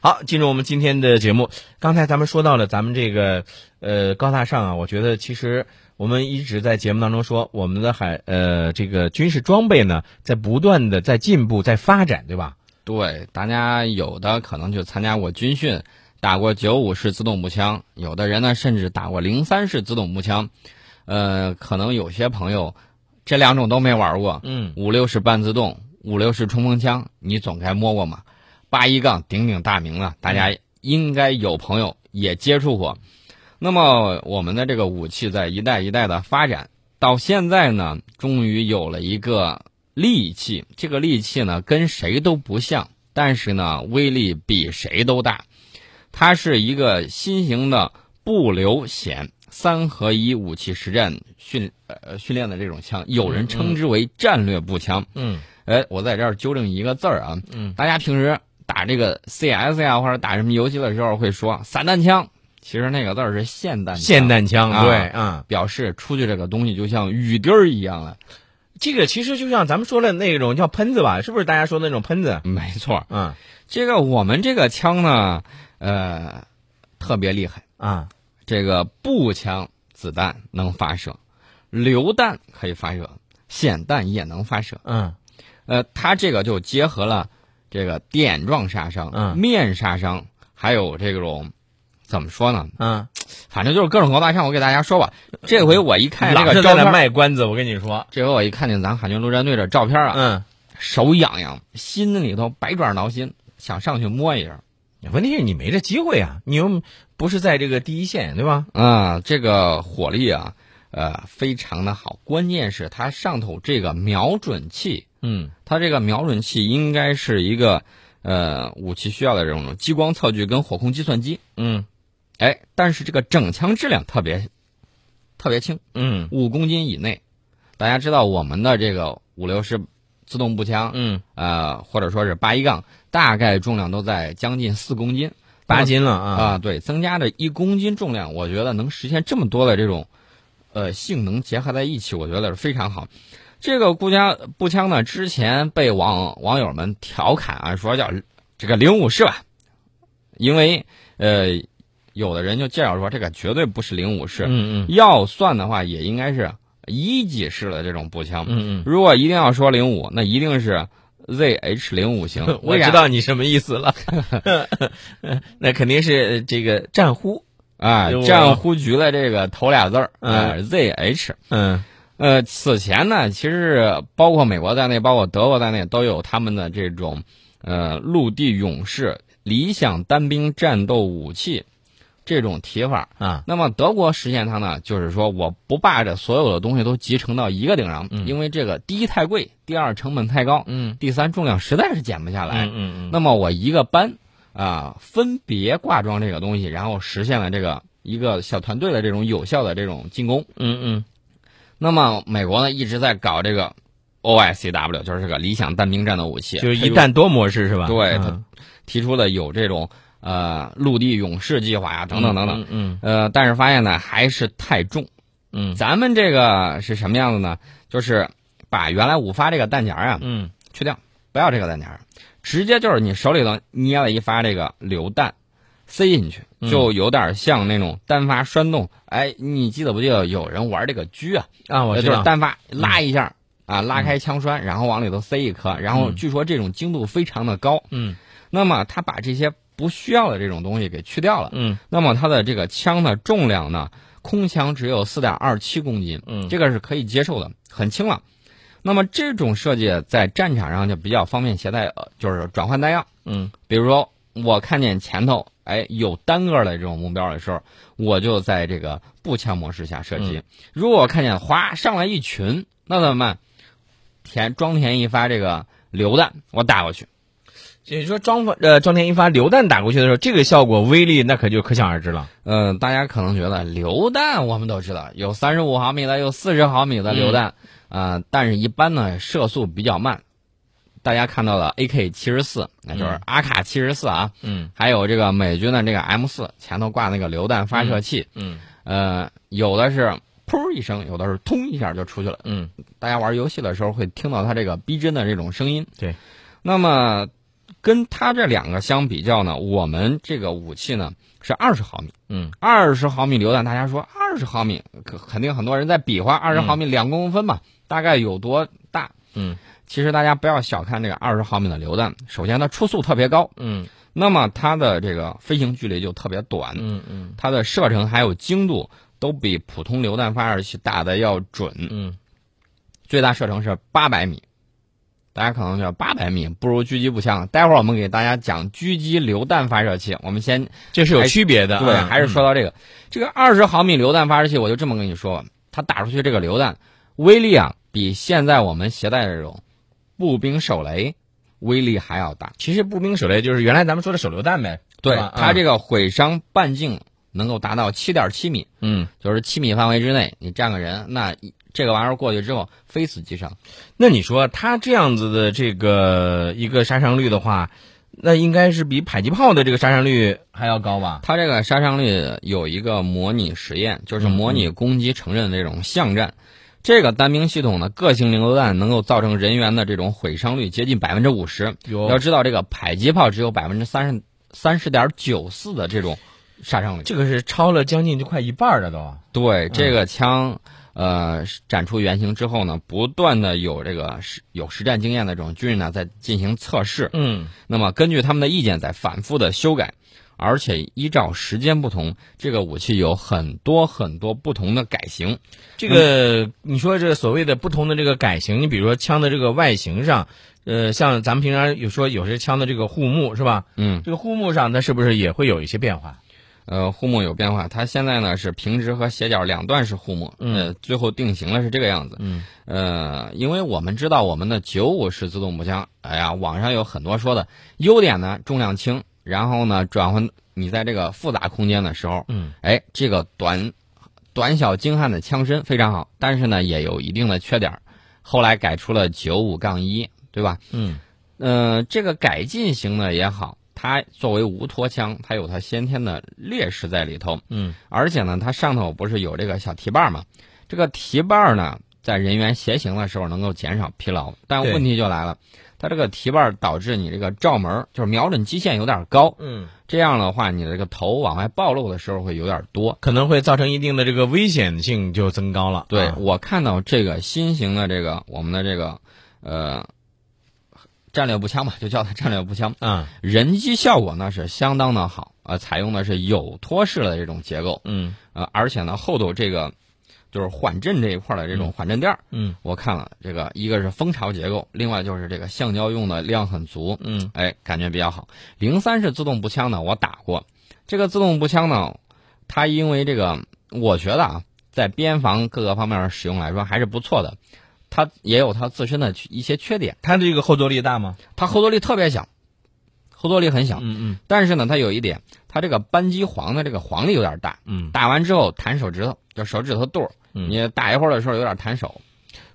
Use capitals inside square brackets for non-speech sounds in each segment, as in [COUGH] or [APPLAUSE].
好，进入我们今天的节目。刚才咱们说到了咱们这个呃高大上啊，我觉得其实我们一直在节目当中说，我们的海呃这个军事装备呢，在不断的在进步，在发展，对吧？对，大家有的可能就参加过军训，打过九五式自动步枪，有的人呢甚至打过零三式自动步枪，呃，可能有些朋友这两种都没玩过，嗯，五六式半自动、五六式冲锋枪，你总该摸过嘛。八一杠鼎鼎大名啊，大家应该有朋友也接触过。那么我们的这个武器在一代一代的发展，到现在呢，终于有了一个利器。这个利器呢，跟谁都不像，但是呢，威力比谁都大。它是一个新型的步流弦三合一武器实战训呃训练的这种枪，有人称之为战略步枪。嗯，哎，我在这儿纠正一个字儿啊，嗯，大家平时打这个 CS 呀、或者打什么游戏的时候会说散弹枪，其实那个字儿是霰弹枪，霰弹枪，啊对啊。表示出去这个东西就像雨滴儿一样啊了。这个其实就像咱们说的那种叫喷子吧，是不是大家说的那种喷子？没错，啊这个我们这个枪呢，呃，特别厉害，啊，这个步枪子弹能发射，榴弹可以发射，霰弹也能发射。嗯呃，它这个就结合了这个点状杀伤、嗯面杀伤，还有这种怎么说呢？嗯，反正就是各种高大上。我给大家说吧，这回我一看这老个是在照片那儿，卖关子，我跟你说，这回我一看见咱海军陆战队这照片啊，嗯，手痒痒，心里头百爪挠心，想上去摸一下。问题是你没这机会啊，你又不是在这个第一线，对吧？啊、这个火力啊，呃，非常的好。关键是它上头这个瞄准器，嗯它这个瞄准器应该是一个呃武器需要的这种激光测距跟火控计算机。嗯哎，但是这个整枪质量特别特别轻，嗯五公斤以内。大家知道我们的这个五六式自动步枪，嗯，呃，或者说是八一杠，大概重量都在将近四公斤八斤了啊，啊、对，增加这一公斤重量，我觉得能实现这么多的这种呃性能结合在一起，我觉得是非常好。这个步枪步枪呢，之前被网网友们调侃啊，说叫这个零五式吧，因为呃，有的人就介绍说这个绝对不是零五式，嗯嗯要算的话也应该是一级式的这种步枪。嗯如果一定要说零五，那一定是 ZH 零五型嗯，。 [LAUGHS] 我为啥知道你什么意思 [LAUGHS] 了，那肯定是呃这个战呼，啊有，啊战呼局的这个头俩字儿，嗯呃，ZH。嗯呃，此前呢，其实包括美国在内，包括德国在内，都有他们的这种呃陆地勇士理想单兵战斗武器这种提法。啊那么德国实现它呢，就是说我不把这所有的东西都集成到一个顶上，嗯因为这个第一太贵，第二成本太高，嗯第三重量实在是减不下来。嗯嗯那么我一个班啊、分别挂装这个东西，然后实现了这个一个小团队的这种有效的这种进攻。嗯嗯那么美国呢一直在搞这个 OICW，就是这个理想单兵战斗武器，嗯，就是推一出弹多模式是吧？对它嗯提出了有这种呃陆地勇士计划呀、等等等等。嗯嗯呃，但是发现呢还是太重。嗯咱们这个是什么样子呢？就是把原来五发这个弹夹啊嗯去掉，不要这个弹夹，直接就是你手里头捏了一发这个榴弹，塞进去，嗯就有点像那种单发栓动。哎，你记得不记得有人玩这个狙啊？嗯啊，我呃知就是道，单发拉一下、啊，拉开枪栓，然后往里头塞一颗，然后嗯据说这种精度非常的高。嗯那么他把这些不需要的这种东西给去掉了，嗯那么它的这个枪的重量呢，空枪只有四点二七公斤，嗯这个是可以接受的，很轻了。那么这种设计在战场上就比较方便携带，呃就是转换弹药。嗯比如说我看见前头哎有单个的这种目标的时候，我就在这个步枪模式下射击。如果我看见哗上来一群，那怎么办？填装填一发这个榴弹，我打过去。也就是说装发呃装填一发榴弹打过去的时候，这个效果威力那可就可想而知了。嗯、大家可能觉得榴弹我们都知道有三十五毫米的，有四十毫米嗯的榴弹，啊、但是一般呢射速比较慢。大家看到了 AK 七十四，那就是嗯阿卡七十四啊，嗯还有这个美军的这个 M 四前头挂那个榴弹发射器，嗯呃，有的是噗一声，有的是通一下就出去了。嗯大家玩游戏的时候会听到它这个逼真的这种声音。对，那么跟它这两个相比较呢，我们这个武器呢是二十毫米，嗯，二十毫米榴弹，大家说二十毫米，可肯定很多人在比划二十毫米两公分嘛，大概有多大？嗯其实大家不要小看这个二十毫米的榴弹，首先它初速特别高，嗯那么它的这个飞行距离就特别短，嗯嗯它的射程还有精度都比普通榴弹发射器打的要准，嗯最大射程是八百米。大家可能觉得八百米不如狙击步枪，待会儿我们给大家讲狙击榴弹发射器。我们先这是有区别的啊，对，还是说嗯到这个，这个二十毫米榴弹发射器，我就这么跟你说吧，它打出去这个榴弹威力啊，比现在我们携带的这种步兵手雷威力还要大。其实步兵手雷就是原来咱们说的手榴弹呗，对是吧，它嗯这个毁伤半径能够达到七点七米，嗯，就是七米范围之内，你站个人，那一这个玩意儿过去之后，非死即伤。那你说它这样子的这个一个杀伤率的话，那应该是比迫击炮的这个杀伤率还要高吧？它这个杀伤率有一个模拟实验，就是模拟攻击城镇的这种巷战。这个单兵系统呢，各型榴弹能够造成人员的这种毁伤率接近百分之五十。要有知道，这个迫击炮只有百分之三十三十点九四的这种杀伤率。这个是超了将近就快一半了都。对这个枪，呃，展出原型之后呢，不断的有这个实有实战经验的这种军人呢，在进行测试。嗯那么根据他们的意见在反复的修改，而且依照时间不同，这个武器有很多很多不同的改型。这个你说这所谓的不同的这个改型，你比如说枪的这个外形上，呃，像咱们平常有说有些枪的这个护木是吧？嗯，这个护木上它是不是也会有一些变化？呃，护木有变化，它现在呢是平直和斜角两段式护木，嗯呃，最后定型了是这个样子。嗯呃，因为我们知道我们的九五式自动步枪，哎呀，网上有很多说的优点呢，重量轻，然后呢，转换你在这个复杂空间的时候，嗯，哎，这个短短小精悍的枪身非常好，但是呢，也有一定的缺点儿。后来改出了九五杠一，对吧？嗯嗯、这个改进型呢也好，它作为无托枪，它有它先天的劣势在里头。嗯而且呢，它上头不是有这个小提把儿吗？这个提把儿呢，在人员斜行的时候能够减少疲劳，但对问题就来了，它这个提把儿导致你这个照门儿就是瞄准基线有点高，嗯，这样的话，你的这个头往外暴露的时候会有点多。可能会造成一定的这个危险性就增高了。对、啊我看到这个新型的这个我们的这个呃战略步枪吧，就 [LAUGHS] 叫它战略步枪，啊人机效果呢是相当的好，呃，采用的是有托式的这种结构，嗯呃，而且呢后头这个就是缓震这一块儿的这种缓震垫儿，嗯我看了这个一个是蜂巢结构，另外就是这个橡胶用的量很足，嗯哎，感觉比较好。零三式自动步枪呢，我打过，这个自动步枪呢，它因为这个，我觉得啊，在边防各个方面使用来说还是不错的，它也有它自身的一些缺点，它这个后坐力大吗？它后坐力特别小，后坐力很小，嗯但是呢，它有一点，它这个扳机簧的这个簧力有点大，嗯打完之后弹手指头，就手指头肚儿，嗯你打一会儿的时候有点弹手，嗯，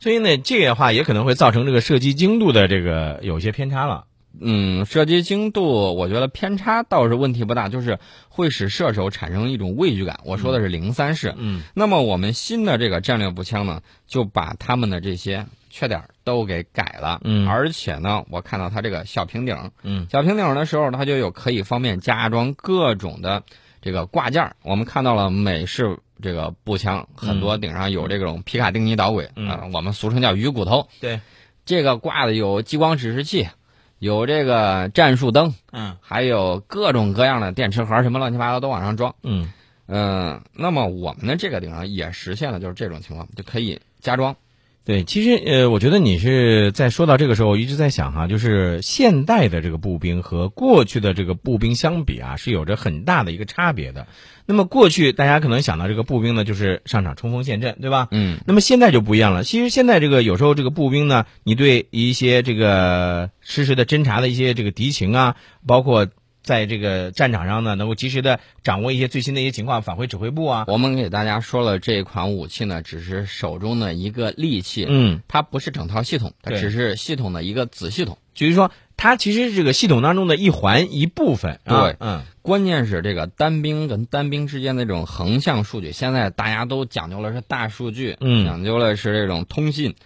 所以呢，这样的话也可能会造成这个射击精度的这个有一些偏差了。嗯，射击精度我觉得偏差倒是问题不大，就是会使射手产生一种畏惧感。我说的是零三式，嗯那么我们新的这个战略步枪呢，就把他们的这些缺点都给改了。嗯而且呢，我看到它这个小平顶，嗯小平顶的时候，它就有可以方便加装各种的这个挂件儿。我们看到了美式这个步枪，很多顶上有这种皮卡丁尼导轨，啊、嗯我们俗称叫鱼骨头。对，这个挂的有激光指示器，有这个战术灯，嗯还有各种各样的电池盒，什么乱七八糟都往上装。嗯嗯，那么我们的这个顶上也实现了就是这种情况，就可以加装。对，其实呃，我觉得你是在说到这个时候，我一直在想哈、就是现代的这个步兵和过去的这个步兵相比啊，是有着很大的一个差别的。那么过去大家可能想到这个步兵呢，就是上场冲锋陷阵，对吧？嗯，那么现在就不一样了。其实现在这个有时候这个步兵呢，你对一些这个实时的侦查的一些这个敌情啊，包括在这个战场上呢，能够及时的掌握一些最新的一些情况，返回指挥部啊。我们给大家说了这款武器呢，只是手中的一个利器，嗯，它不是整套系统，它对只是系统的一个子系统。就是说它其实是这个系统当中的一环一部分。啊对，嗯关键是这个单兵跟单兵之间的这种横向数据，现在大家都讲究了是大数据，嗯讲究了是这种通信、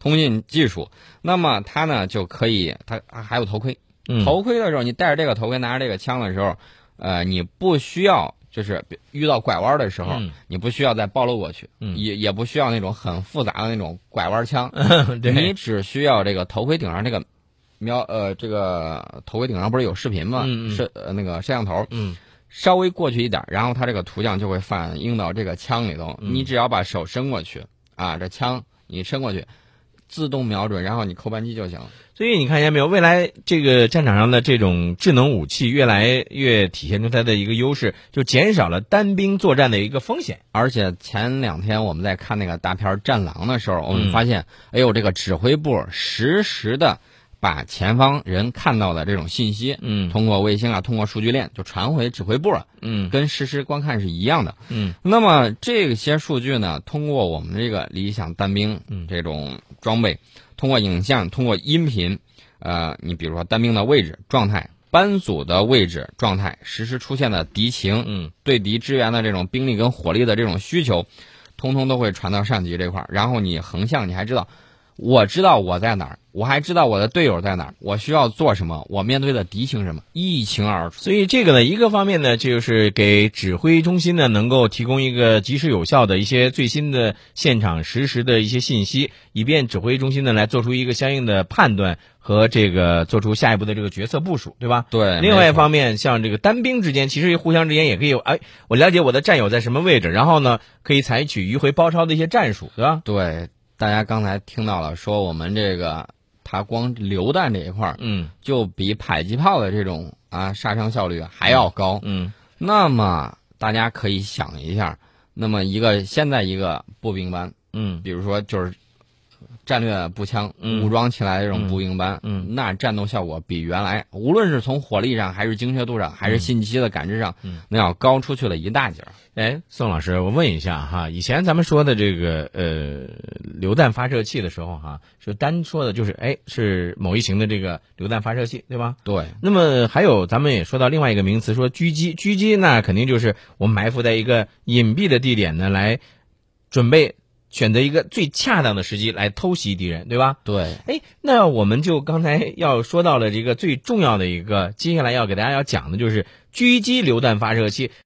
通信技术。那么它呢就可以，它还有头盔，嗯头盔的时候，你戴着这个头盔拿着这个枪的时候，呃，你不需要就是遇到拐弯的时候，嗯你不需要再暴露过去，嗯也也不需要那种很复杂的那种拐弯枪，嗯 [LAUGHS] 对，你只需要这个头盔顶上这个瞄呃这个头盔顶上不是有视频吗？嗯嗯摄呃那个摄像头嗯稍微过去一点，然后它这个图像就会反映到这个枪里头。嗯你只要把手伸过去啊，这枪你伸过去，自动瞄准，然后你扣扳机就行了。所以你看见没有，未来这个战场上的这种智能武器越来越体现出它的一个优势，就减少了单兵作战的一个风险。而且前两天我们在看那个大片儿《战狼》的时候，我嗯们发现，哎呦，这个指挥部实时的把前方人看到的这种信息，嗯通过卫星啊，通过数据链就传回指挥部了，嗯跟实时观看是一样的。嗯那么这些数据呢，通过我们这个理想单兵嗯这种装备，通过影像，通过音频，呃，你比如说单兵的位置、状态、班组的位置、状态，实时出现的敌情，嗯对敌支援的这种兵力跟火力的这种需求，通通都会传到上级这块儿。然后你横向你还知道，我知道我在哪儿，我还知道我的队友在哪儿，我需要做什么，我面对的敌情是什么，一清二楚。所以这个呢，一个方面呢，就是给指挥中心呢能够提供一个及时有效的一些最新的现场实时的一些信息，以便指挥中心呢来做出一个相应的判断和这个做出下一步的这个决策部署，对吧？对，另外一没错方面，像这个单兵之间，其实互相之间也可以有，哎，我了解我的战友在什么位置，然后呢，可以采取迂回包抄的一些战术，对吧？对，大家刚才听到了，说我们这个它光榴弹这一块儿嗯就比迫击炮的这种啊杀伤效率还要高。嗯那么大家可以想一下，那么一个现在一个步兵班，嗯比如说就是战略步枪、嗯武装起来的这种步兵班，嗯那战斗效果比原来无论是从火力上，还是精确度上，还是信息的感知上，嗯那要高出去了一大截儿。哎，宋老师，我问一下哈，以前咱们说的这个呃榴弹发射器的时候哈，是单说的就是哎是某一型的这个榴弹发射器，对吧？对，那么还有咱们也说到另外一个名词，说狙击，狙击那肯定就是我们埋伏在一个隐蔽的地点呢，来准备选择一个最恰当的时机来偷袭敌人，对吧？对，哎，那我们就刚才要说到了这个最重要的一个，接下来要给大家要讲的就是狙击榴弹发射器。